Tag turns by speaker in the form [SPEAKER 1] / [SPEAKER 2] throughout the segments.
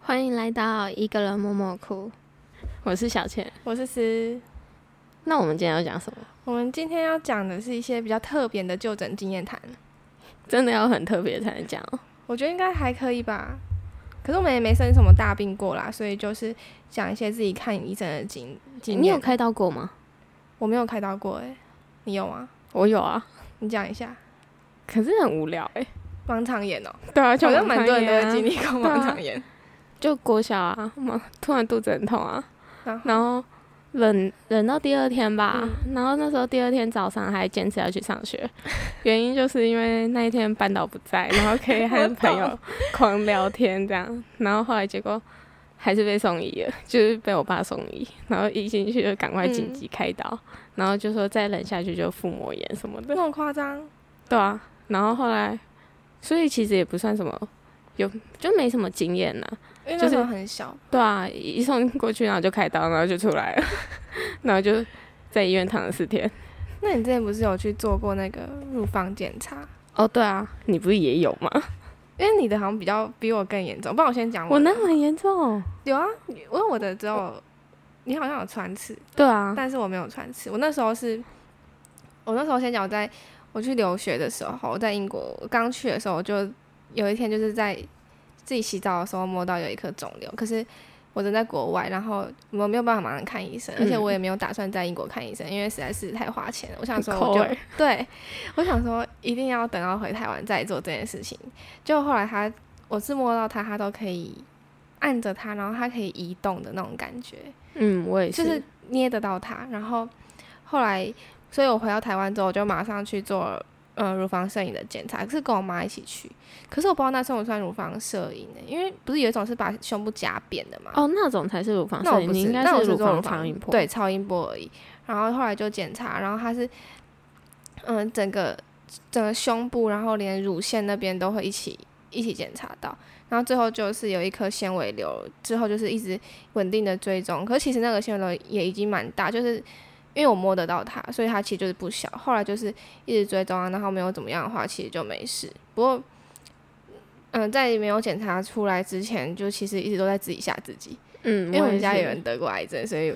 [SPEAKER 1] 欢迎来到一个人默默哭，我是小倩。
[SPEAKER 2] 我是思。
[SPEAKER 1] 那我们今天要讲什么？
[SPEAKER 2] 我们今天要讲的是一些比较特别的就诊经验谈，
[SPEAKER 1] 真的要很特别才能讲哦。
[SPEAKER 2] 我觉得应该还可以吧。可是我们也没生什么大病过啦，所以就是讲一些自己看医生的经经
[SPEAKER 1] 你有
[SPEAKER 2] 验。
[SPEAKER 1] 开刀过吗？
[SPEAKER 2] 我没有开刀过哎、你有吗？
[SPEAKER 1] 我有啊，
[SPEAKER 2] 你讲一下。
[SPEAKER 1] 可是很无聊哎、
[SPEAKER 2] 盲肠炎哦、
[SPEAKER 1] 对啊，
[SPEAKER 2] 好像蛮多人都会
[SPEAKER 1] 会
[SPEAKER 2] 经历过
[SPEAKER 1] 对啊
[SPEAKER 2] 盲肠炎。
[SPEAKER 1] 就国小啊，嘛 突然肚子很痛啊，
[SPEAKER 2] 然后嗯
[SPEAKER 1] 然后忍忍到第二天吧，然后那时候第二天早上还坚持要去上 学，原因就是因为那一天班导不在，然后可以
[SPEAKER 2] 我
[SPEAKER 1] 和
[SPEAKER 2] 懂
[SPEAKER 1] 朋友狂聊天这样，然后后来结果还是被送医了， 就是被我爸送医，然后一进去就赶快紧急开刀，
[SPEAKER 2] 嗯
[SPEAKER 1] 然后就说再忍下去就腹膜炎什么的
[SPEAKER 2] 那，么夸张？
[SPEAKER 1] 对啊，然后后来，所以其实也不算什么，有就没什么经验啊呐、
[SPEAKER 2] 因为
[SPEAKER 1] 就
[SPEAKER 2] 那
[SPEAKER 1] 是
[SPEAKER 2] 时候很小，
[SPEAKER 1] 对啊，一送过去，然后就开刀，然后就出来了， 然后就在医院躺了四天。
[SPEAKER 2] 那你之前不是有去做过那个乳房检查？
[SPEAKER 1] 哦，对啊，你不是也有吗？
[SPEAKER 2] 因为你的好像比较比我更严重，不然我先讲
[SPEAKER 1] 我
[SPEAKER 2] 的
[SPEAKER 1] 那很严重。
[SPEAKER 2] 有啊，你因为我的只有你好像有穿刺，
[SPEAKER 1] 对啊，
[SPEAKER 2] 但是我没有穿刺。我那时候是，我那时候先讲，我在我去留学的时候，我在英国我刚去的时候，我就有一天就是在自己洗澡的时候摸到有一颗肿瘤，可是我人在国外，然后我没有办法马上看医生，而且
[SPEAKER 1] 嗯
[SPEAKER 2] 我也没有打算在英国看医生，因为实在是太花钱了。我想说，
[SPEAKER 1] 很
[SPEAKER 2] 我
[SPEAKER 1] 抠
[SPEAKER 2] 就
[SPEAKER 1] 欸
[SPEAKER 2] 对，我想说一定要等到回台湾再做这件事情。就后来他，我是摸到它，它都可以按着它，然后它可以移动的那种感觉。
[SPEAKER 1] 嗯，我也是。
[SPEAKER 2] 就是捏得到它。然后后来，所以我回到台湾之后，我就马上去做呃乳房摄影的检查，可是跟我妈一起去。可是我不知道那算不算乳房摄影呢、因为不是有一种是把胸部夹扁的嘛？
[SPEAKER 1] 哦，那种才是乳房
[SPEAKER 2] 那我
[SPEAKER 1] 摄影，
[SPEAKER 2] 不
[SPEAKER 1] 你
[SPEAKER 2] 是，
[SPEAKER 1] 应该
[SPEAKER 2] 那我
[SPEAKER 1] 乳
[SPEAKER 2] 做
[SPEAKER 1] 房
[SPEAKER 2] 乳
[SPEAKER 1] 超音波。
[SPEAKER 2] 对，超音波而已。然后后来就检查，然后它是嗯、整个整个胸部，然后连乳腺那边都会一起一起检查到。然后最后就是有一颗纤维瘤，之后就是一直稳定的追踪。可是其实那个纤维瘤也已经蛮大，就是因为我摸得到它，所以它其实就是不小。后来就是一直追踪啊，然后没有怎么样的话，其实就没事。不过，嗯、在没有检查出来之前，就其实一直都在自己吓自己。
[SPEAKER 1] 嗯，
[SPEAKER 2] 因为我
[SPEAKER 1] 也
[SPEAKER 2] 们家
[SPEAKER 1] 是
[SPEAKER 2] 有人，得过癌症， 所以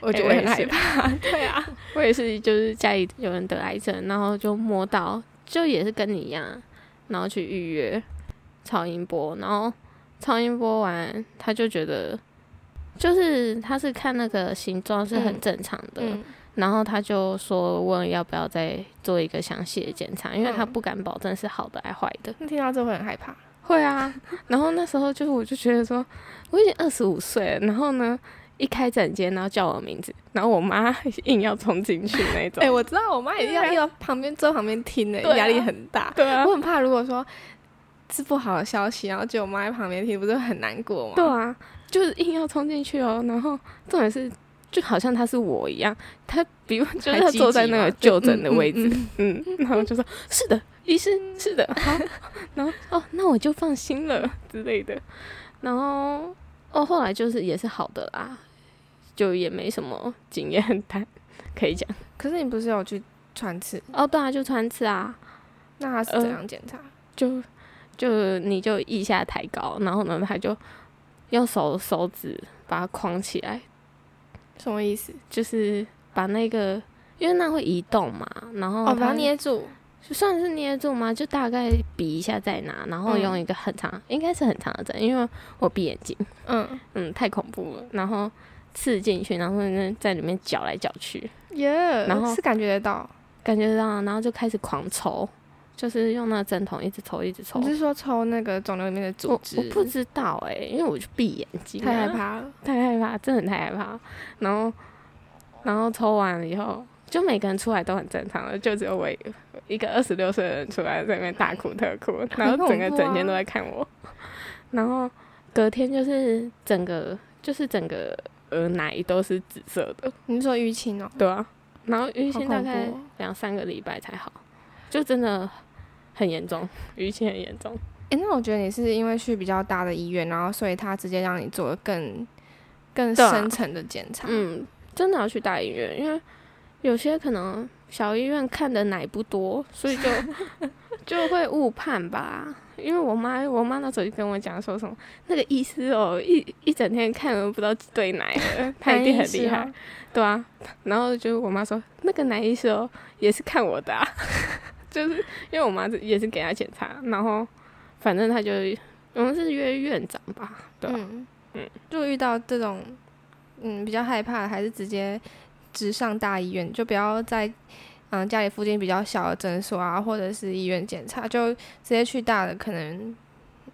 [SPEAKER 2] 我觉
[SPEAKER 1] 哎
[SPEAKER 2] 得
[SPEAKER 1] 我也
[SPEAKER 2] 很害
[SPEAKER 1] 是
[SPEAKER 2] 怕。对啊，
[SPEAKER 1] 我也是，就是家里有人得癌症，然后就摸到，就也是跟你一样，然后去预约超音波，然后超音波完，他就觉得。就是他是看那个形状是很
[SPEAKER 2] 嗯
[SPEAKER 1] 正常的，
[SPEAKER 2] 嗯，
[SPEAKER 1] 然后他就说问要不要再做一个详细的检查，因为他
[SPEAKER 2] 嗯
[SPEAKER 1] 不敢保证是好的还坏的。
[SPEAKER 2] 那听到这会很害怕。
[SPEAKER 1] 会啊， 然后那时候就是我就觉得说我已经二十五岁了，然后呢一开诊间，然后叫我名字，然后我妈 硬要冲进去那种。
[SPEAKER 2] 哎、我知道我妈也要要旁边坐旁边听的、
[SPEAKER 1] 对啊
[SPEAKER 2] 压力很大。
[SPEAKER 1] 对啊
[SPEAKER 2] 我，很怕如果说是不好的消息，然后就我妈在旁边听，不是会很难过吗？
[SPEAKER 1] 对啊，就是硬要冲进去哦。然后重点是，就好像他是我一样，他比我 就是
[SPEAKER 2] 还
[SPEAKER 1] 他
[SPEAKER 2] 积
[SPEAKER 1] 坐在
[SPEAKER 2] 极
[SPEAKER 1] 那
[SPEAKER 2] 嘛
[SPEAKER 1] 个
[SPEAKER 2] 就
[SPEAKER 1] 就诊的
[SPEAKER 2] 嗯嗯
[SPEAKER 1] 位置，嗯然后就说是的，医生是 的，好， 然后哦，那我就放心了之类的。然后哦，后来就是也是好的啦，就也没什么经验谈可以讲。
[SPEAKER 2] 可是你不是有去穿刺？
[SPEAKER 1] 哦，对啊，就穿刺啊，
[SPEAKER 2] 那她是
[SPEAKER 1] 呃
[SPEAKER 2] 怎样检查？
[SPEAKER 1] 就就你就腋下抬高，然后呢，他就用手手指把它框起来。
[SPEAKER 2] 什么意思？
[SPEAKER 1] 就是把那个，因为那会移动嘛，然后
[SPEAKER 2] 哦，把它
[SPEAKER 1] 它
[SPEAKER 2] 捏住。
[SPEAKER 1] 算是捏住嘛，就大概比一下在哪，然后
[SPEAKER 2] 嗯
[SPEAKER 1] 用一个很长，应该是很长的针，因为我闭眼睛，
[SPEAKER 2] 嗯，
[SPEAKER 1] 嗯，太恐怖了，然后刺进去，然后呢在里面搅来搅去，
[SPEAKER 2] 耶、
[SPEAKER 1] 然后
[SPEAKER 2] 是感觉得到。
[SPEAKER 1] 感觉到，然后就开始狂抽，就是用那个针筒一直抽，一直抽
[SPEAKER 2] 你。是说抽那个肿瘤里面的组
[SPEAKER 1] 我
[SPEAKER 2] 织？
[SPEAKER 1] 我不知道哎、因为我就闭眼睛、啊
[SPEAKER 2] 太害，怕了。
[SPEAKER 1] 太害怕，真的很太害怕。然后，然后抽完了以后，就每个人出来都很正常了，就只有我一一个二十六岁的人出来在那边大哭特哭，然后整个整
[SPEAKER 2] 啊
[SPEAKER 1] 天都在看我。然后隔天就是整个就是整个呃奶都是紫色的，
[SPEAKER 2] 你是说淤青哦？
[SPEAKER 1] 对啊。然后淤青
[SPEAKER 2] 好
[SPEAKER 1] 大
[SPEAKER 2] 恐怖
[SPEAKER 1] 概
[SPEAKER 2] 哦
[SPEAKER 1] 两三个礼拜才好，就真的很严重，淤青很严重。
[SPEAKER 2] 诶，那我觉得你是因为去比较大的医院，然后所以他直接让你做更更
[SPEAKER 1] 对啊
[SPEAKER 2] 深层的检查。
[SPEAKER 1] 嗯，真的要去大医 院，因为有些可能小医院看的奶不多，所以就就会误判吧。因为我妈，我妈那时候就跟我讲说什么，那个医师哦，一一整天看了不知道对哪一个，他一定很厉 害，对啊。然后就我妈说，那个男医师哦，也是看我的、啊， 就是因为我妈也是给他检查，然后反正他就我们是约院长吧，对吧、
[SPEAKER 2] 嗯
[SPEAKER 1] 嗯
[SPEAKER 2] 嗯，如果遇到这种嗯比较害怕的，还是直接直上大医院，就不要在嗯家里附近比较小的诊所啊，或者是医院检查，就直接去大的，可能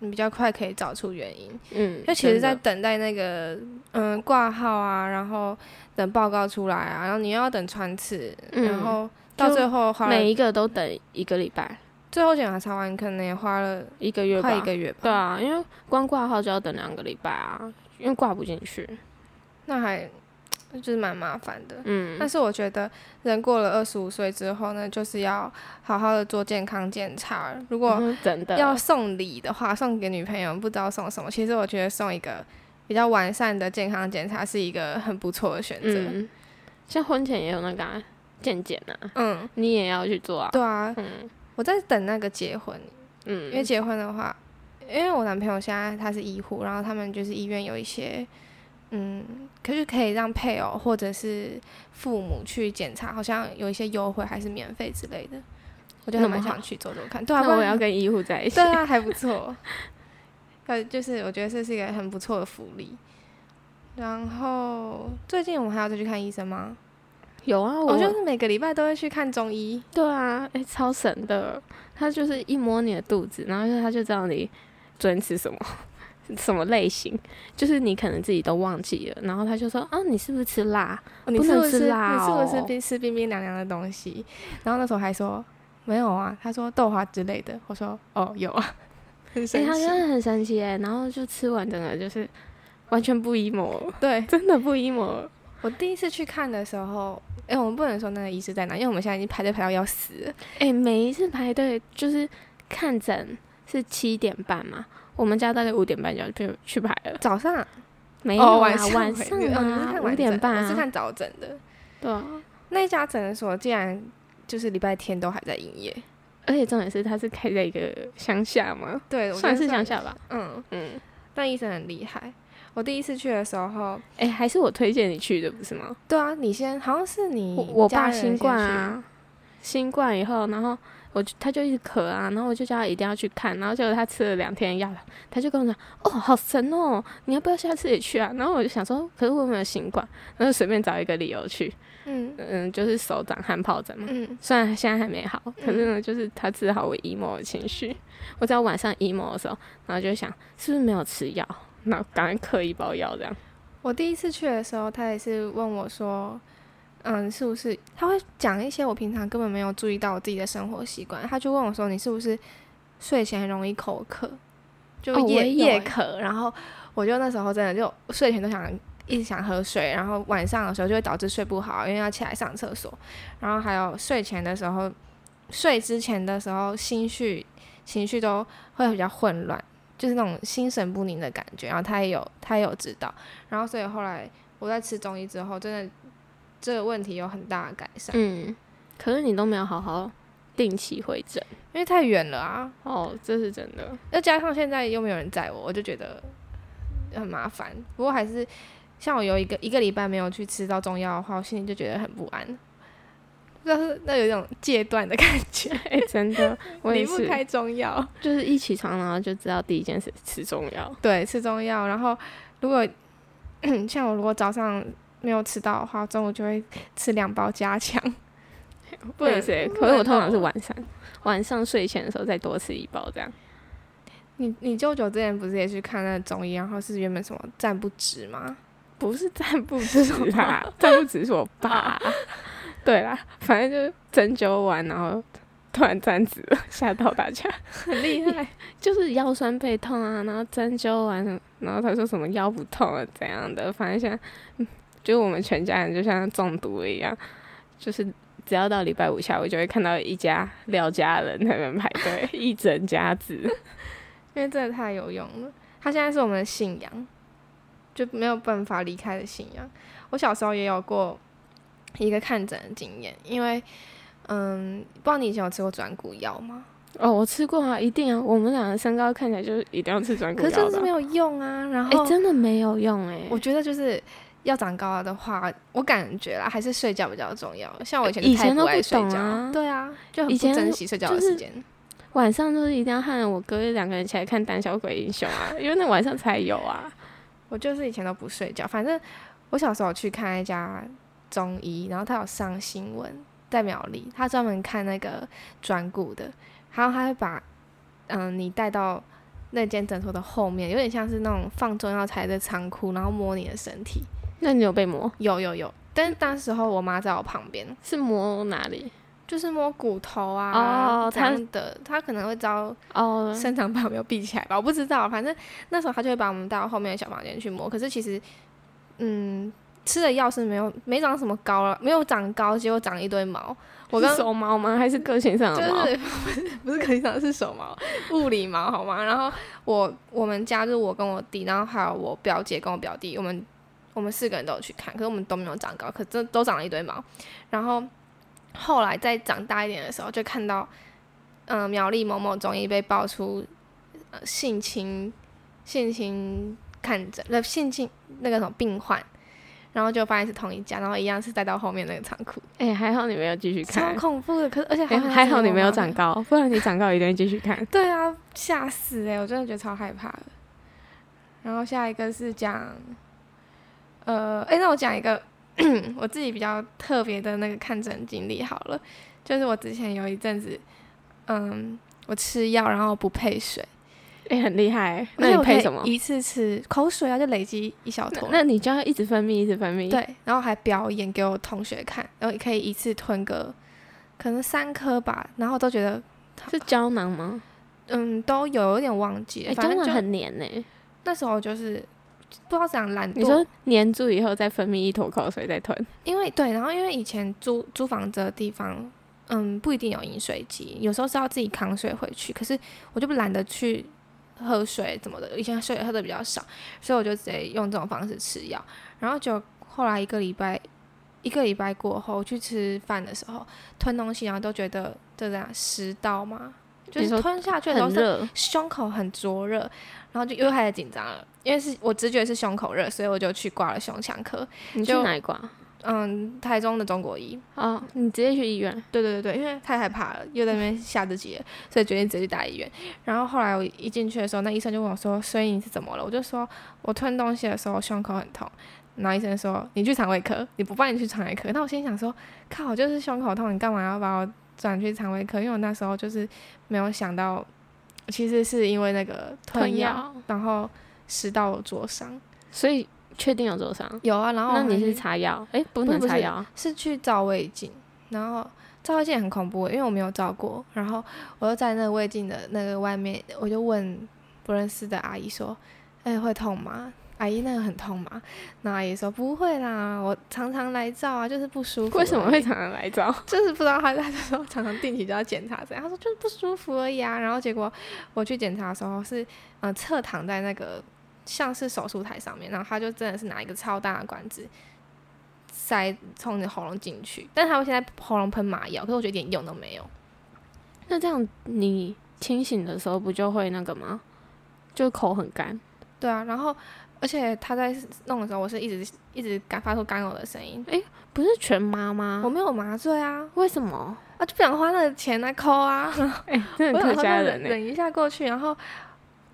[SPEAKER 2] 嗯比较快可以找出原因。
[SPEAKER 1] 嗯，
[SPEAKER 2] 就其实，
[SPEAKER 1] 真的
[SPEAKER 2] 在等待那个嗯挂号啊，然后等报告出来啊，然后你又要等穿刺，
[SPEAKER 1] 嗯
[SPEAKER 2] 然后到
[SPEAKER 1] 就
[SPEAKER 2] 最后花了
[SPEAKER 1] 每一个都等一个礼拜，
[SPEAKER 2] 最后检查查完，可能也花了
[SPEAKER 1] 一个月吧，
[SPEAKER 2] 快一个月吧。
[SPEAKER 1] 对啊，因为光挂号就要等两个礼拜啊，因为挂不进去。
[SPEAKER 2] 那还就是蛮麻烦的。
[SPEAKER 1] 嗯，
[SPEAKER 2] 但是我觉得人过了二十五岁之后呢，就是要好好的做健康检查。如果
[SPEAKER 1] 嗯真的
[SPEAKER 2] 要送礼的话，送给女朋友不知道送什么，其实我觉得送一个比较完善的健康检查是一个很不错的选择。嗯
[SPEAKER 1] 嗯，像婚前也有那个啊健检啊，你也要去做啊。
[SPEAKER 2] 嗯对啊，
[SPEAKER 1] 嗯
[SPEAKER 2] 我在等那个结婚，
[SPEAKER 1] 嗯，
[SPEAKER 2] 因为结婚的话，因为我男朋友现在他是医护，然后他们就是医院有一些。嗯，可是可以让配偶或者是父母去检查，好像有一些优惠还是免费之类的，我就还
[SPEAKER 1] 那么
[SPEAKER 2] 蛮想
[SPEAKER 1] 好
[SPEAKER 2] 去做做看。对啊，
[SPEAKER 1] 那
[SPEAKER 2] 不然
[SPEAKER 1] 我要跟医护在一起。
[SPEAKER 2] 对啊，还不错。呃，就是我觉得这是一个很不错的福利。然后最近我们还要再去看医生吗？
[SPEAKER 1] 有啊，
[SPEAKER 2] 我
[SPEAKER 1] 我
[SPEAKER 2] 就是每个礼拜都会去看中医。
[SPEAKER 1] 对啊，哎、超神的。他就是一摸你的肚子，然后就他就知道你昨天吃什么。 什么类型？就是你可能自己都忘记了，然后他就说：“啊，你是不是吃辣？
[SPEAKER 2] 哦你
[SPEAKER 1] 不
[SPEAKER 2] 是
[SPEAKER 1] 能
[SPEAKER 2] 不
[SPEAKER 1] 吃
[SPEAKER 2] 是
[SPEAKER 1] 辣
[SPEAKER 2] 你是不
[SPEAKER 1] 哦
[SPEAKER 2] 是冰吃冰冰凉凉的东西？然后那时候还说没有啊，他说豆花之类的。我说哦有啊，很
[SPEAKER 1] 哎、
[SPEAKER 2] 神
[SPEAKER 1] 他
[SPEAKER 2] 奇。
[SPEAKER 1] 真的很神奇哎、然后就吃完整个就是完全不 emo，
[SPEAKER 2] 对
[SPEAKER 1] 真的不 emo。
[SPEAKER 2] 我第一次去看的时候，哎、我们不能说那个医师在哪，因为我们现在已经排队排到要死了。
[SPEAKER 1] 哎、每一次排队就是看诊是七点半嘛，我们家大概五点半就要去去排了。
[SPEAKER 2] 早上
[SPEAKER 1] 没有
[SPEAKER 2] 哦，
[SPEAKER 1] 啦，
[SPEAKER 2] 晚
[SPEAKER 1] 晚
[SPEAKER 2] 上
[SPEAKER 1] 晚
[SPEAKER 2] 回
[SPEAKER 1] 上
[SPEAKER 2] 去哦，你是
[SPEAKER 1] 啊
[SPEAKER 2] 看，
[SPEAKER 1] 五、
[SPEAKER 2] 晚
[SPEAKER 1] 点
[SPEAKER 2] 诊
[SPEAKER 1] 半、啊、
[SPEAKER 2] 我是看早诊的。
[SPEAKER 1] 对啊，
[SPEAKER 2] 那一家诊所竟然就是礼拜天都还在营业，
[SPEAKER 1] 而且重点是它是开在一个乡下嘛，
[SPEAKER 2] 对，我
[SPEAKER 1] 算
[SPEAKER 2] 觉得
[SPEAKER 1] 是乡，下吧。
[SPEAKER 2] 嗯，
[SPEAKER 1] 嗯，
[SPEAKER 2] 但医生很厉害。我第一次去的时候，
[SPEAKER 1] 哎、还是我推荐你去的不是吗？
[SPEAKER 2] 对啊，你先好像是你
[SPEAKER 1] 我我
[SPEAKER 2] 家
[SPEAKER 1] 爸
[SPEAKER 2] 人
[SPEAKER 1] 新
[SPEAKER 2] 先
[SPEAKER 1] 冠
[SPEAKER 2] 去，
[SPEAKER 1] 啊，新冠以后，然后我就他就一直咳啊，然后我就叫他一定要去看，然后结果他吃了两天药，他就跟我讲，哦，好神哦，你要不要下次也去啊？然后我就想说，可是我没有新冠，然后随便找一个理由去，
[SPEAKER 2] 嗯
[SPEAKER 1] 嗯，就是手掌汗疱疹嘛。
[SPEAKER 2] 嗯，
[SPEAKER 1] 虽然现在还没好，可是呢，就是他治好我 emo 的情绪。我只要晚上 emo 的时候，然后就想是不是没有吃药，然后赶快嗑一包药这样。
[SPEAKER 2] 我第一次去的时候，他也是问我说，嗯，是不是他会讲一些我平常根本没有注意到我自己的生活习惯，他就问我说，你是不是睡前容易口渴，就
[SPEAKER 1] 哦我也
[SPEAKER 2] 夜、
[SPEAKER 1] 有
[SPEAKER 2] 夜
[SPEAKER 1] 欸
[SPEAKER 2] 渴，然后我就那时候真的就睡前都想一直想喝水，然后晚上的时候就会导致睡不好，因为要起来上厕所，然后还有睡前的时候，睡之前的时候心绪情绪都会比较混乱，就是那种心神不宁的感觉。然后他也有他也有知道，然后所以后来我在吃中医之后，真的这个问题有很大的改善，
[SPEAKER 1] 嗯，可是你都没有好好定期回诊
[SPEAKER 2] 因为太远了啊，
[SPEAKER 1] 哦，这是真的。
[SPEAKER 2] 又加上现在又没有人载我，我就觉得很麻烦。不过还是像我有一个一个礼拜没有去吃到中药的话，我心里就觉得很不安，就是那有一种戒断的感觉，
[SPEAKER 1] 哎、真 的，我
[SPEAKER 2] 离
[SPEAKER 1] 也
[SPEAKER 2] 不
[SPEAKER 1] 是，
[SPEAKER 2] 开中药。
[SPEAKER 1] 就是一起床然后就知道第一件事吃中药。
[SPEAKER 2] 对，吃中药。然后如果 像我如果早上没有吃到的话，中午就会吃两包加强。
[SPEAKER 1] 不
[SPEAKER 2] 能
[SPEAKER 1] 能是欸，
[SPEAKER 2] 不
[SPEAKER 1] 可是
[SPEAKER 2] 能哦
[SPEAKER 1] 我通常
[SPEAKER 2] 够
[SPEAKER 1] 是晚上，晚上睡前的时候再多吃一包 这样。
[SPEAKER 2] 你你舅舅之前不是也去看那个中医，然后是原本什么站不直吗？
[SPEAKER 1] 不是占卜师啦， 占卜只是我 爸。对啦，反正就是针灸完，然后突然站直了，吓到大家。
[SPEAKER 2] 很 厉害。
[SPEAKER 1] 就是腰酸背痛啊，然后针灸完，然后他说什么腰不痛了怎样的，反正现在，嗯就我们全家人就像中毒了一样，就是只要到礼拜五下午就会看到一家廖家人在那边排队， 一整家子。
[SPEAKER 2] 因为真的太有用了。它现在是我们的信仰，就没有办法离开的信仰。我小时候也有过一个看诊的经验，因为嗯，不知道你以前有吃过转骨药吗？
[SPEAKER 1] 哦，我吃过啊，一定啊，我们两个身高看起来就是一定要吃转骨药
[SPEAKER 2] 可是真的
[SPEAKER 1] 的
[SPEAKER 2] 是
[SPEAKER 1] 啊
[SPEAKER 2] 没。有用啊。然
[SPEAKER 1] 哎、
[SPEAKER 2] 后
[SPEAKER 1] 真的没有用哎、
[SPEAKER 2] 我觉得就是要长高了的话，我感觉啦，还是睡觉比较重要。像我以前
[SPEAKER 1] 以
[SPEAKER 2] 就太
[SPEAKER 1] 前都
[SPEAKER 2] 爱
[SPEAKER 1] 不
[SPEAKER 2] 睡
[SPEAKER 1] 懂
[SPEAKER 2] 觉，
[SPEAKER 1] 啊
[SPEAKER 2] 对啊，就很
[SPEAKER 1] 以
[SPEAKER 2] 不
[SPEAKER 1] 前
[SPEAKER 2] 珍惜睡觉的
[SPEAKER 1] 就是
[SPEAKER 2] 时间。
[SPEAKER 1] 晚上就是一定要和我哥两个人起来看《胆小鬼英雄》啊，因为那晚上才有啊。
[SPEAKER 2] 我就是以前都不睡觉，反正我小时候去看一家中医，然后他有上新闻，在苗栗，他专门看那个转骨的，然后他会把嗯、你带到那间诊所的后面，有点像是那种放中药材的仓库，然后摸你的身体，
[SPEAKER 1] 那你有被磨？
[SPEAKER 2] 有有有。但是当时候我妈在我旁边，
[SPEAKER 1] 是磨哪里？
[SPEAKER 2] 就是摸骨头啊，
[SPEAKER 1] 哦
[SPEAKER 2] 这样的，她可能会招
[SPEAKER 1] 哦，
[SPEAKER 2] 生长板有没有闭起来吧，我不知道。反正那时候他就会把我们带到后面的小房间去摸。可是其实，嗯，吃的药是没有没长什么高了，没有长高，结果长一堆毛。我
[SPEAKER 1] 是
[SPEAKER 2] 刚
[SPEAKER 1] 手毛吗？还是个性上
[SPEAKER 2] 就
[SPEAKER 1] 的毛？
[SPEAKER 2] 是 不是可以长是手毛，物理毛好吗？然后我我们家就是我跟我弟，然后还有我表姐跟我表弟，我们我们四个人都有去看，可是我们都没有长高，可真的都长了一堆毛。然后后来再长大一点的时候，就看到嗯、呃苗栗某某中医被爆出、呃、性侵性侵看诊，那性侵那个什么病患。然后就发现是同一家，然后一样是带到后面那个仓库，
[SPEAKER 1] 哎、还好你没有继续
[SPEAKER 2] 超
[SPEAKER 1] 看。
[SPEAKER 2] 恐怖的。可是而且好
[SPEAKER 1] 哎
[SPEAKER 2] 像
[SPEAKER 1] 还好
[SPEAKER 2] 是
[SPEAKER 1] 你
[SPEAKER 2] 我
[SPEAKER 1] 没有
[SPEAKER 2] 妈
[SPEAKER 1] 长高，不然你长高一定会继续 看。
[SPEAKER 2] 对啊，吓死哎、我真的觉得超害怕的。然后下一个是讲，呃，哎、那我讲一个 我自己比较特别的那个看诊经历好了，就是我之前有一阵子，嗯，我吃药然后不配水，
[SPEAKER 1] 哎、很厉害。
[SPEAKER 2] 而
[SPEAKER 1] 那
[SPEAKER 2] 且
[SPEAKER 1] 你
[SPEAKER 2] 我可以
[SPEAKER 1] 配什么？
[SPEAKER 2] 一次吃口水啊，就累积一小坨。
[SPEAKER 1] 那那你就要一直分泌，一直分泌。，
[SPEAKER 2] 对，然后还表演给我同学看，然后可以一次吞个可能三颗吧，然后都觉得
[SPEAKER 1] 是胶囊吗？
[SPEAKER 2] 嗯都有有点忘记了，
[SPEAKER 1] 哎、
[SPEAKER 2] 反
[SPEAKER 1] 胶
[SPEAKER 2] 正
[SPEAKER 1] 囊
[SPEAKER 2] 就
[SPEAKER 1] 很黏呢、欸
[SPEAKER 2] 那时候就是不知道怎样懒惰，
[SPEAKER 1] 你说黏住以后再分泌一坨口水再吞，
[SPEAKER 2] 因为对，然后因为以前租租房子的地方，嗯，不一定有饮水机，有时候是要自己扛水回去，可是我就不懒得去喝水怎么的，以前水喝的比较少，所以我就直接用这种方式吃药，然后就后来一个礼拜。一个礼拜过后去吃饭的时候吞东西，然后都觉得这怎样食道嘛，就
[SPEAKER 1] 你
[SPEAKER 2] 是
[SPEAKER 1] 说
[SPEAKER 2] 吞下去的时候
[SPEAKER 1] 很
[SPEAKER 2] 是
[SPEAKER 1] 热。
[SPEAKER 2] 胸口很灼热，然后就又开始紧张了，因为是我直觉是胸口热，所以我就去挂了胸腔科，
[SPEAKER 1] 你去
[SPEAKER 2] 就
[SPEAKER 1] 哪一挂？
[SPEAKER 2] 嗯，台中的中国医，
[SPEAKER 1] 哦，你直接去医院。
[SPEAKER 2] 对对对对，因为太害怕了，又在那 边吓自己了，所以决定直接去大医院。然后后来我一进去的时候，那医生就问我说：“所以你是怎么了？”我就说我吞东西的时候胸口很痛。然后医生说：“你去肠胃科，你不帮你去肠胃科。”那我心里想说：“靠，就是胸口痛，你干嘛要把我转去肠胃科？”因为我那时候就是没有想到，其实是因为那个吞
[SPEAKER 1] 吞
[SPEAKER 2] 药，
[SPEAKER 1] 药，
[SPEAKER 2] 然后食道有灼伤。
[SPEAKER 1] 所以确定有灼伤。
[SPEAKER 2] 有啊，然后
[SPEAKER 1] 那你
[SPEAKER 2] 还
[SPEAKER 1] 是擦药？哎、不
[SPEAKER 2] 不是
[SPEAKER 1] 能
[SPEAKER 2] 不
[SPEAKER 1] 擦
[SPEAKER 2] 是
[SPEAKER 1] 药啊。
[SPEAKER 2] 是去照胃镜，然后照胃镜也很恐怖，因为我没有照过。然后我就在那个胃镜的那个外面，我就问不认识的阿姨说：“哎、会痛吗？”阿姨，那个很痛吗？那阿姨说不会啦，我常常来照啊，就是不舒服而已。
[SPEAKER 1] 为什么会常常来照？
[SPEAKER 2] 就是不知道他他就说常常定期就要检查这样，他说就是不舒服而已啊。然后结果我去检查的时候是嗯侧躺在那个像是手术台上面，然后他就真的是拿一个超大的管子塞从你的喉咙进去，但他会现在喉咙喷麻药，可是我觉得一点用都没有。
[SPEAKER 1] 那这样你清醒的时候不就会那个吗？就口很干。
[SPEAKER 2] 对啊，然后而且他在弄的时候，我是一直一直干发出干呕的声音，
[SPEAKER 1] 不是全麻吗
[SPEAKER 2] 我？没有麻醉啊，
[SPEAKER 1] 为什么？
[SPEAKER 2] 啊就不想花那个钱来抠啊。
[SPEAKER 1] 哎、真
[SPEAKER 2] 我
[SPEAKER 1] 的
[SPEAKER 2] 有
[SPEAKER 1] 特
[SPEAKER 2] 时候
[SPEAKER 1] 吓
[SPEAKER 2] 就
[SPEAKER 1] 人呢、欸
[SPEAKER 2] 忍一下过去，然后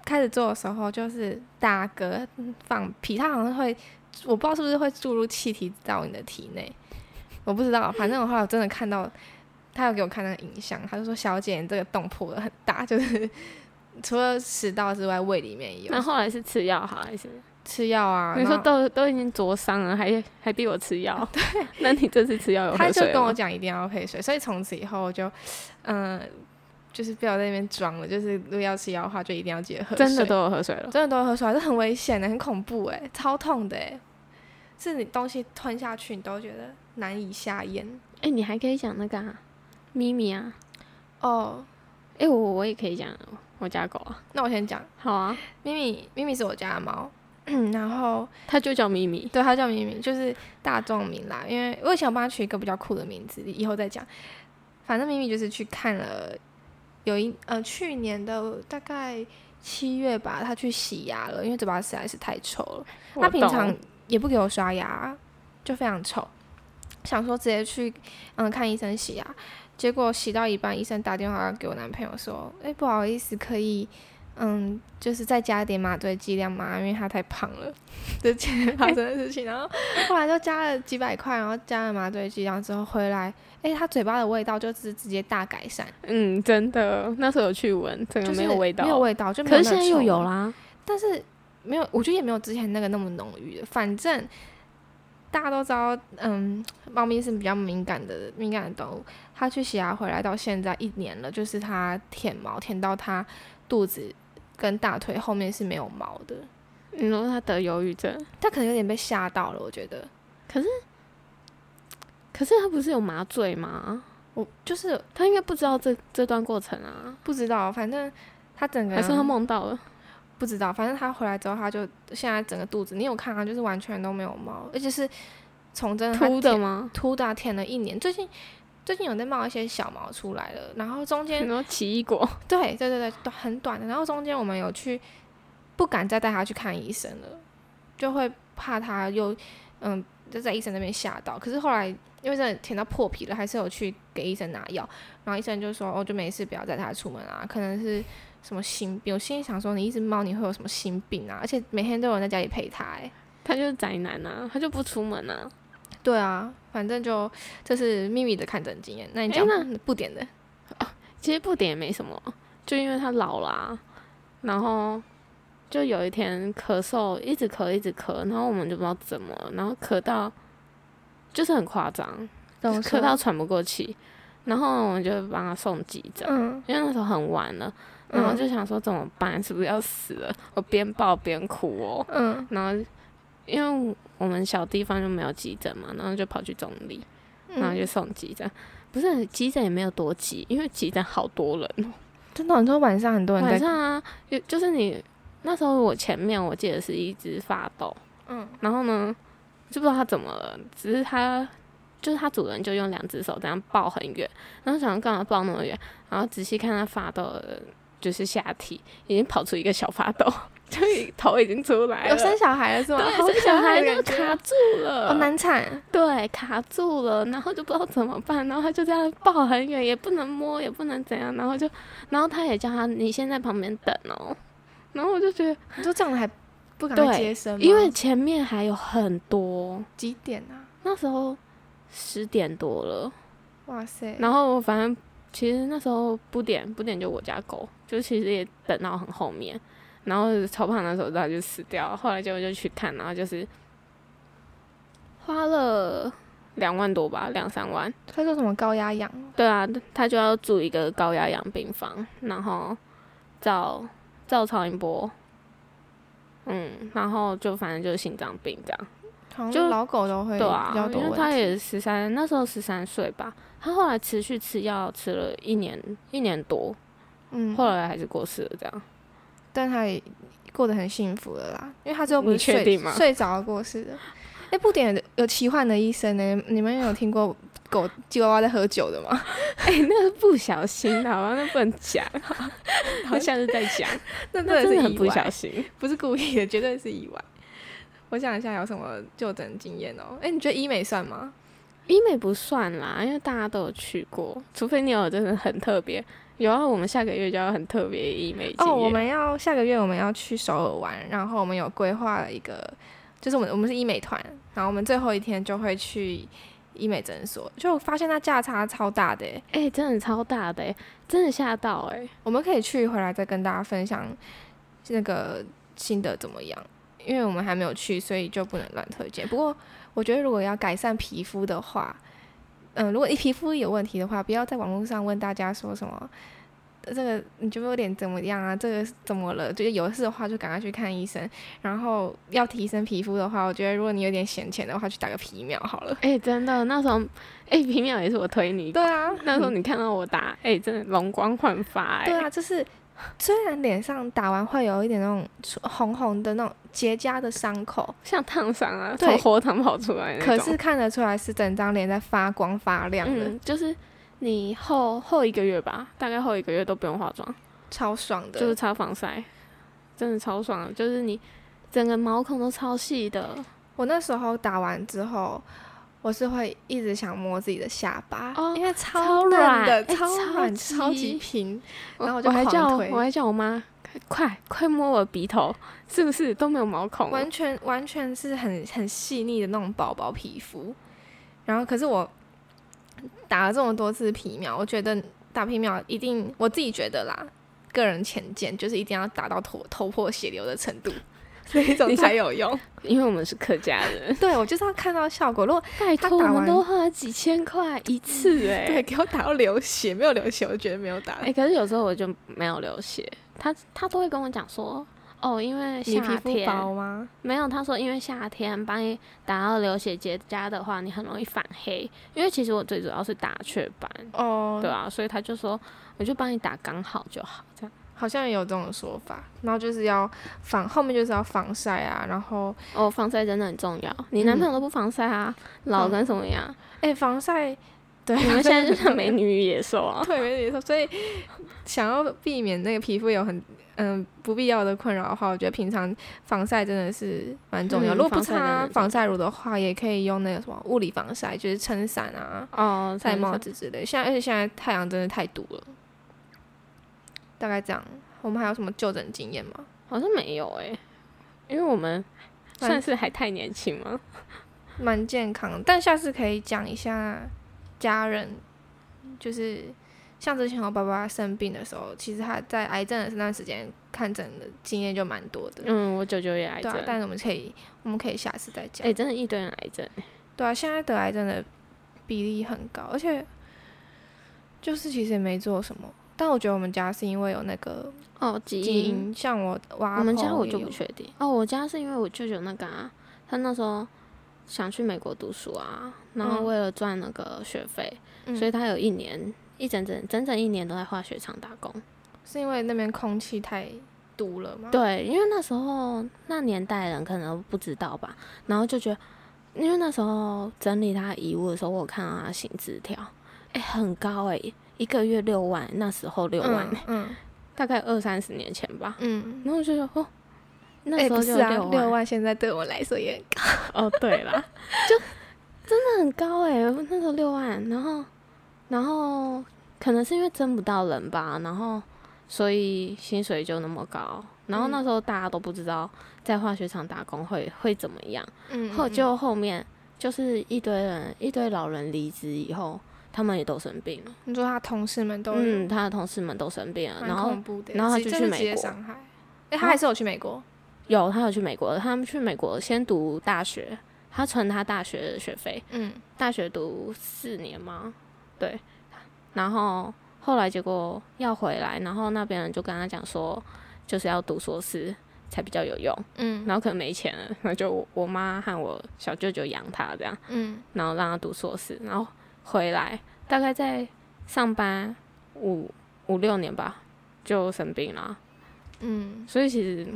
[SPEAKER 2] 开始做的时候就是打嗝、嗯放屁，它好像会，我不知道是不是会注入气体到你的体内，我不知道。反正我后来我真的看到，他有给我看那个影像，他就说：“小姐，你这个洞破的很大，就是 除了食道之外，胃里面也
[SPEAKER 1] 那
[SPEAKER 2] 有
[SPEAKER 1] 后来是吃药好还是？
[SPEAKER 2] 吃药啊。”
[SPEAKER 1] 你说都都已经灼伤了，还还逼我吃药？啊对，那你这次吃药有喝
[SPEAKER 2] 他就
[SPEAKER 1] 水
[SPEAKER 2] 跟我
[SPEAKER 1] 吗？
[SPEAKER 2] 讲一定要配水，所以从此以后我就，嗯、就是不要在那边装了，就是如果要吃药的话，就一定要记得喝水。
[SPEAKER 1] 真的都有喝水了。
[SPEAKER 2] 真的都会喝出来，这很危险的，很恐怖哎，超痛的哎，是你东西吞下去，你都觉得难以下咽。
[SPEAKER 1] 哎、你还可以讲那个啊，咪咪啊。
[SPEAKER 2] 哦，
[SPEAKER 1] 哎、我我也可以讲我家狗啊。
[SPEAKER 2] 那我先讲，
[SPEAKER 1] 好啊，
[SPEAKER 2] 咪咪，咪咪是我家的猫， 然后
[SPEAKER 1] 它就叫咪咪。
[SPEAKER 2] 对它叫咪咪，就是大众名啦，因为我以前我帮它取一个比较酷的名字，以后再讲。反正咪咪就是去看了有一呃去年的大概七月吧，他去洗牙了，因为嘴巴实在是太臭了。
[SPEAKER 1] 我
[SPEAKER 2] 他平
[SPEAKER 1] 懂
[SPEAKER 2] 常也不给我刷牙，就非常臭。想说直接去嗯看医生洗牙，结果洗到一半，医生打电话给我男朋友说：“哎、不好意思，可以嗯，就是再加一点麻醉剂量吗？因为他太胖了。”这前发生的事情，然后后来就加了几百块，然后加了麻醉剂，然后之后回来，哎、他嘴巴的味道就是直接大改善，
[SPEAKER 1] 嗯，真的，那时候有去闻，整个
[SPEAKER 2] 就是
[SPEAKER 1] 没有味道，哦
[SPEAKER 2] 没有味道，就没
[SPEAKER 1] 可
[SPEAKER 2] 有
[SPEAKER 1] 是
[SPEAKER 2] 那
[SPEAKER 1] 现在又
[SPEAKER 2] 臭
[SPEAKER 1] 有
[SPEAKER 2] 味
[SPEAKER 1] 啦，
[SPEAKER 2] 但是没有，我觉得也没有之前那个那么浓郁的。反正大家都知道，嗯，猫咪是比较敏感的敏感的动物。它去洗牙回来到现在一年了，就是它舔毛舔到它肚子跟大腿后面是没有毛的。
[SPEAKER 1] 你说他得忧郁症，
[SPEAKER 2] 它可能有点被吓到了，我觉得。
[SPEAKER 1] 可是他不是有麻醉吗？
[SPEAKER 2] 我就是
[SPEAKER 1] 他应该不知道这这段过程啊，
[SPEAKER 2] 不知道，反正它整个
[SPEAKER 1] 还
[SPEAKER 2] 人
[SPEAKER 1] 是他梦到了？
[SPEAKER 2] 不知道，反正它回来之后，它就现在整个肚子，你有看啊，就是完全都没有毛，而且是从真的它
[SPEAKER 1] 秃
[SPEAKER 2] 舔
[SPEAKER 1] 的 吗？
[SPEAKER 2] 秃的啊、舔了一年，最近最近有在冒一些小毛出来了，然后中
[SPEAKER 1] 你
[SPEAKER 2] 间
[SPEAKER 1] 说奇异果？
[SPEAKER 2] 对对对对都很短的，然后中间我们有去不敢再带他去看医生了，就会怕他又嗯就在医生那边吓到，可是后来因为真的舔到破皮了，还是有去给医生拿药，然后医生就说哦就没事，不要带他出门啊，可能是。什么心病？我心里想说，你一只猫，你会有什么心病啊？而且每天都有人在家里陪它、欸，
[SPEAKER 1] 他就是宅男啊，他就不出门啊。
[SPEAKER 2] 对啊，反正就这是秘密的看诊经验。那你
[SPEAKER 1] 诶
[SPEAKER 2] 讲
[SPEAKER 1] 那
[SPEAKER 2] 不点的，
[SPEAKER 1] 其实不点也没什么，就因为他老啦、然后就有一天咳嗽，一直咳一直咳，然后我们就不知道怎么了，然后咳到就是很夸张，就是咳到喘不过气，然后我们就帮他送急诊，
[SPEAKER 2] 嗯，
[SPEAKER 1] 因为那时候很晚了，然后就想说怎么办，是不是要死了？我边抱边哭哦，
[SPEAKER 2] 嗯
[SPEAKER 1] 然后因为我们小地方就没有急诊嘛，然后就跑去中立，
[SPEAKER 2] 嗯
[SPEAKER 1] 然后就送急诊。不是急诊也没有多急，因为急诊好多人，
[SPEAKER 2] 真的，你说晚上很多人
[SPEAKER 1] 晚
[SPEAKER 2] 在，
[SPEAKER 1] 上啊，有就是你那时候我前面我记得是一只发抖，
[SPEAKER 2] 嗯
[SPEAKER 1] 然后呢就不知道它怎么了，只是它就是它主人就用两只手这样抱很远，然后想说干嘛抱那么远，然后仔细看它发抖的就是下体已经跑出一个小发抖， 就是头已经出来
[SPEAKER 2] 有
[SPEAKER 1] 了，
[SPEAKER 2] 生小孩了是吗？好
[SPEAKER 1] 呃对，生
[SPEAKER 2] 可
[SPEAKER 1] 小
[SPEAKER 2] 爱
[SPEAKER 1] 孩就
[SPEAKER 2] 的感觉
[SPEAKER 1] 卡住了，
[SPEAKER 2] 哦，难产，
[SPEAKER 1] 对，卡住了，然后就不知道怎么办，然后他就这样抱很远，也不能摸，也不能怎样，然后就，然后他也叫他你先在旁边等哦，然后我就觉得，
[SPEAKER 2] 你说这样还不敢
[SPEAKER 1] 对
[SPEAKER 2] 接生吗？
[SPEAKER 1] 因为前面还有很多，
[SPEAKER 2] 几点啊？
[SPEAKER 1] 那时候十点多了，
[SPEAKER 2] 哇塞，
[SPEAKER 1] 然后我反正其实那时候不点不点就我家狗，就其实也等到很后面，然后超胖的时候它就死掉了，后来结果就去看，然后就是花了两万多吧，两三万。
[SPEAKER 2] 他说什么高压氧？
[SPEAKER 1] 对啊，他就要住一个高压氧病房，然后照照超音波，嗯，然后就反正就是心脏病这样，
[SPEAKER 2] 好像
[SPEAKER 1] 就
[SPEAKER 2] 老狗都会
[SPEAKER 1] 对
[SPEAKER 2] 比
[SPEAKER 1] 啊
[SPEAKER 2] 较，多
[SPEAKER 1] 因为
[SPEAKER 2] 问
[SPEAKER 1] 他
[SPEAKER 2] 题。
[SPEAKER 1] 也十三，那时候十三岁吧，他后来持续吃药吃了一年一年多，
[SPEAKER 2] 嗯，
[SPEAKER 1] 后来还是过世了这样，
[SPEAKER 2] 但他也过得很幸福了啦，因为他最后不
[SPEAKER 1] 你
[SPEAKER 2] 是
[SPEAKER 1] 确
[SPEAKER 2] 睡
[SPEAKER 1] 定吗
[SPEAKER 2] 睡着了过世的。哎，不点有奇幻的医生呢？你们有听过狗吉娃娃在喝酒的吗？
[SPEAKER 1] 哎、那个不小心啊的，好吧，那不能讲， 那下次再 讲，
[SPEAKER 2] 那真
[SPEAKER 1] 那
[SPEAKER 2] 的是
[SPEAKER 1] 真的很
[SPEAKER 2] 意
[SPEAKER 1] 不
[SPEAKER 2] 外
[SPEAKER 1] 小心。
[SPEAKER 2] 不是故意的，绝对是意外。我想一下有什么就诊经验哦。哎，你觉得医美算吗？
[SPEAKER 1] 医美不算啦，因为大家都有去过，除非你有真的很特别。有啊，我们下个月就要很特别的医美经
[SPEAKER 2] 哦，
[SPEAKER 1] 验。
[SPEAKER 2] 我们要下个月我们要去首尔玩，然后我们有规划了一个，就是我们我们是医美团，然后我们最后一天就会去医美诊所，就我发现它价差超大的欸耶，
[SPEAKER 1] 哎、真的超大的、欸，真的吓到哎、
[SPEAKER 2] 我们可以去回来再跟大家分享那个新的怎么样。因为我们还没有去，所以就不能乱推荐。不过，我觉得如果要改善皮肤的话，嗯、如果你皮肤有问题的话，不要在网络上问大家说什么呃这个你觉得有点怎么样啊，这个是怎么了？就是有事的话就赶快去看医生。然后要提升皮肤的话，我觉得如果你有点闲钱的话，去打个皮秒好了。
[SPEAKER 1] 哎、真的，那时候哎、皮秒也是我推你，
[SPEAKER 2] 对啊，
[SPEAKER 1] 那时候你看到我打，哎、真的容光焕发哎、
[SPEAKER 2] 对啊，就是虽然脸上打完会有一点那种出红红的那种结痂的伤口，
[SPEAKER 1] 像烫伤啊，
[SPEAKER 2] 对
[SPEAKER 1] 从火场跑出来那种。
[SPEAKER 2] 可是看得出来是整张脸在发光发亮的。
[SPEAKER 1] 嗯，就是你后后一个月吧，大概后一个月都不用化妆，
[SPEAKER 2] 超爽的，
[SPEAKER 1] 就是擦防晒，真的超爽的，就是你整个毛孔都超细的
[SPEAKER 2] 我那时候打完之后，我是会一直想摸自己的下巴，
[SPEAKER 1] 哦
[SPEAKER 2] 因为
[SPEAKER 1] 超
[SPEAKER 2] 嫩
[SPEAKER 1] 软
[SPEAKER 2] 的，
[SPEAKER 1] 哎
[SPEAKER 2] 超
[SPEAKER 1] 超
[SPEAKER 2] 软，
[SPEAKER 1] 级
[SPEAKER 2] 超级平。然后我
[SPEAKER 1] 我
[SPEAKER 2] 就
[SPEAKER 1] 还
[SPEAKER 2] 狂
[SPEAKER 1] 叫
[SPEAKER 2] 推
[SPEAKER 1] 我还叫我妈，快快摸我鼻头，是不是都没有毛孔了？
[SPEAKER 2] 完全完全是很很细腻的那种宝宝皮肤。然后可是我打了这么多次皮秒，我觉得打皮秒一定我自己觉得啦，个人浅见就是一定要打到头头破血流的程 度，那种
[SPEAKER 1] 你说
[SPEAKER 2] 才有 用。
[SPEAKER 1] 因为我们是客家 人，
[SPEAKER 2] 对我就是要看到效果，如果
[SPEAKER 1] 拜
[SPEAKER 2] 他
[SPEAKER 1] 托，
[SPEAKER 2] 打
[SPEAKER 1] 我
[SPEAKER 2] 完
[SPEAKER 1] 们都花了几千块一次哎、
[SPEAKER 2] 对，给我打到流血，没有流血，我觉得没有打。
[SPEAKER 1] 哎、可是有时候我就没有流血，他他都会跟我讲说，哦，因为
[SPEAKER 2] 你
[SPEAKER 1] 夏
[SPEAKER 2] 皮肤
[SPEAKER 1] 天
[SPEAKER 2] 薄吗？
[SPEAKER 1] 没有，他说因为夏天把你打到流血结痂的话，你很容易反黑。因为其实我最主要是打雀斑，
[SPEAKER 2] 哦，
[SPEAKER 1] 对啊，所以他就说我就帮你打刚好就好，这样。
[SPEAKER 2] 好像也有这种说法。然后就是要防，后面就是要防晒啊。然后，
[SPEAKER 1] 哦，防晒真的很重要，你男朋友都不防晒啊，老跟什么一样？
[SPEAKER 2] 哎、防晒，对，。
[SPEAKER 1] 你们现在就像美女与野兽啊
[SPEAKER 2] 对，没错。所以想要避免那个皮肤有很嗯、不必要的困扰的话，我觉得平常防晒真的是蛮重要。
[SPEAKER 1] 嗯
[SPEAKER 2] 如果不
[SPEAKER 1] 防晒真的
[SPEAKER 2] 擦
[SPEAKER 1] 很重
[SPEAKER 2] 防晒乳的话，也可以用那个什么物理防晒，就是撑伞啊、
[SPEAKER 1] 哦，
[SPEAKER 2] 戴
[SPEAKER 1] 真的
[SPEAKER 2] 帽
[SPEAKER 1] 是
[SPEAKER 2] 子之类。现在而且现在太阳真的太毒了，大概这样。我们还有什么就诊经验吗？
[SPEAKER 1] 好像没有诶、因为我们
[SPEAKER 2] 蛮
[SPEAKER 1] 算是还太年轻吗？
[SPEAKER 2] 蛮健康的，但下次可以讲一下家人，就是像之前我爸爸生病的时候，其实他在癌症的那段时间看诊的经验就蛮多的，
[SPEAKER 1] 嗯，我舅舅也癌
[SPEAKER 2] 对
[SPEAKER 1] 症，嗯
[SPEAKER 2] 啊，
[SPEAKER 1] 哎、
[SPEAKER 2] 但是我们可以我们可以下次再讲，
[SPEAKER 1] 真的一堆人癌症。欸
[SPEAKER 2] 对啊，现在得癌症的比例很高，而且就是其实也没做什么，但我觉得我们家是因为有那个
[SPEAKER 1] 哦，基
[SPEAKER 2] 基因，像我娃，
[SPEAKER 1] 我们家我就不确定。哦，我家是因为我舅舅那个啊，他那时候想去美国读书啊，然后
[SPEAKER 2] 嗯
[SPEAKER 1] 为了赚那个学费，
[SPEAKER 2] 嗯
[SPEAKER 1] 所以他有一年一整整整整一年都在化学厂打工。
[SPEAKER 2] 是因为那边空气太毒了吗？
[SPEAKER 1] 对，啊因为那时候那年代人可能不知道吧，然后就觉得，因为那时候整理他的遗物的时候，我有看到他的薪资条，哎、很高哎、一个月六万，那时候六万、
[SPEAKER 2] 嗯嗯
[SPEAKER 1] 大概二三十年前吧。
[SPEAKER 2] 嗯，
[SPEAKER 1] 然后我就觉得哦，那
[SPEAKER 2] 哎，
[SPEAKER 1] 时候
[SPEAKER 2] 不
[SPEAKER 1] 就是六
[SPEAKER 2] 啊，
[SPEAKER 1] 万，
[SPEAKER 2] 六万现在对我来说也很高。
[SPEAKER 1] 哦，对啦， 就真的很高哎、那时候六万，然后然后可能是因为争不到人吧，然后所以薪水就那么高。然后那时候大家都不知道在化学厂打工会会怎么样，
[SPEAKER 2] 嗯
[SPEAKER 1] 后就后面就是一堆人一堆老人离职以后，他们也都生病了，
[SPEAKER 2] 你说他同事们都有
[SPEAKER 1] 嗯，他的同事们都生病了，
[SPEAKER 2] 蛮
[SPEAKER 1] 然后
[SPEAKER 2] 恐怖的，
[SPEAKER 1] 然后他
[SPEAKER 2] 直
[SPEAKER 1] 就
[SPEAKER 2] 这
[SPEAKER 1] 去
[SPEAKER 2] 是
[SPEAKER 1] 美
[SPEAKER 2] 直接
[SPEAKER 1] 国
[SPEAKER 2] 伤害。哎，他还是有去美国，
[SPEAKER 1] 有他有去美国，他们去美国先读大学，他存他大学的学费，
[SPEAKER 2] 嗯，
[SPEAKER 1] 大学读四年嘛，对，然后后来结果要回来，然后那边人就跟他讲说，就是要读硕士才比较有用，
[SPEAKER 2] 嗯
[SPEAKER 1] 然后可能没钱了，那就我我妈和我小舅舅养他这样，
[SPEAKER 2] 嗯，
[SPEAKER 1] 然后让他读硕士，然后回来大概在上班五五六年吧，就生病了，
[SPEAKER 2] 嗯，
[SPEAKER 1] 所以其实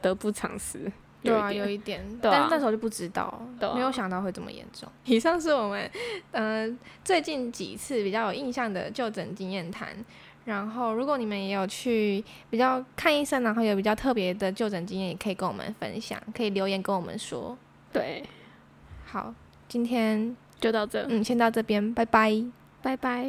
[SPEAKER 1] 得不偿失，
[SPEAKER 2] 对
[SPEAKER 1] 一
[SPEAKER 2] 啊，
[SPEAKER 1] 点
[SPEAKER 2] 有一点，
[SPEAKER 1] 对啊
[SPEAKER 2] 但是那时候就不知道
[SPEAKER 1] 对，啊
[SPEAKER 2] 没有想到会这么严重。以上是我们嗯最近几次比较有印象的就诊经验谈。然后，如果你们也有去比较看医生，然后有比较特别的就诊经验，也可以跟我们分享，可以留言跟我们说。
[SPEAKER 1] 对，
[SPEAKER 2] 好，今天
[SPEAKER 1] 就到这，嗯
[SPEAKER 2] 嗯嗯先到这边，拜拜。
[SPEAKER 1] 拜拜。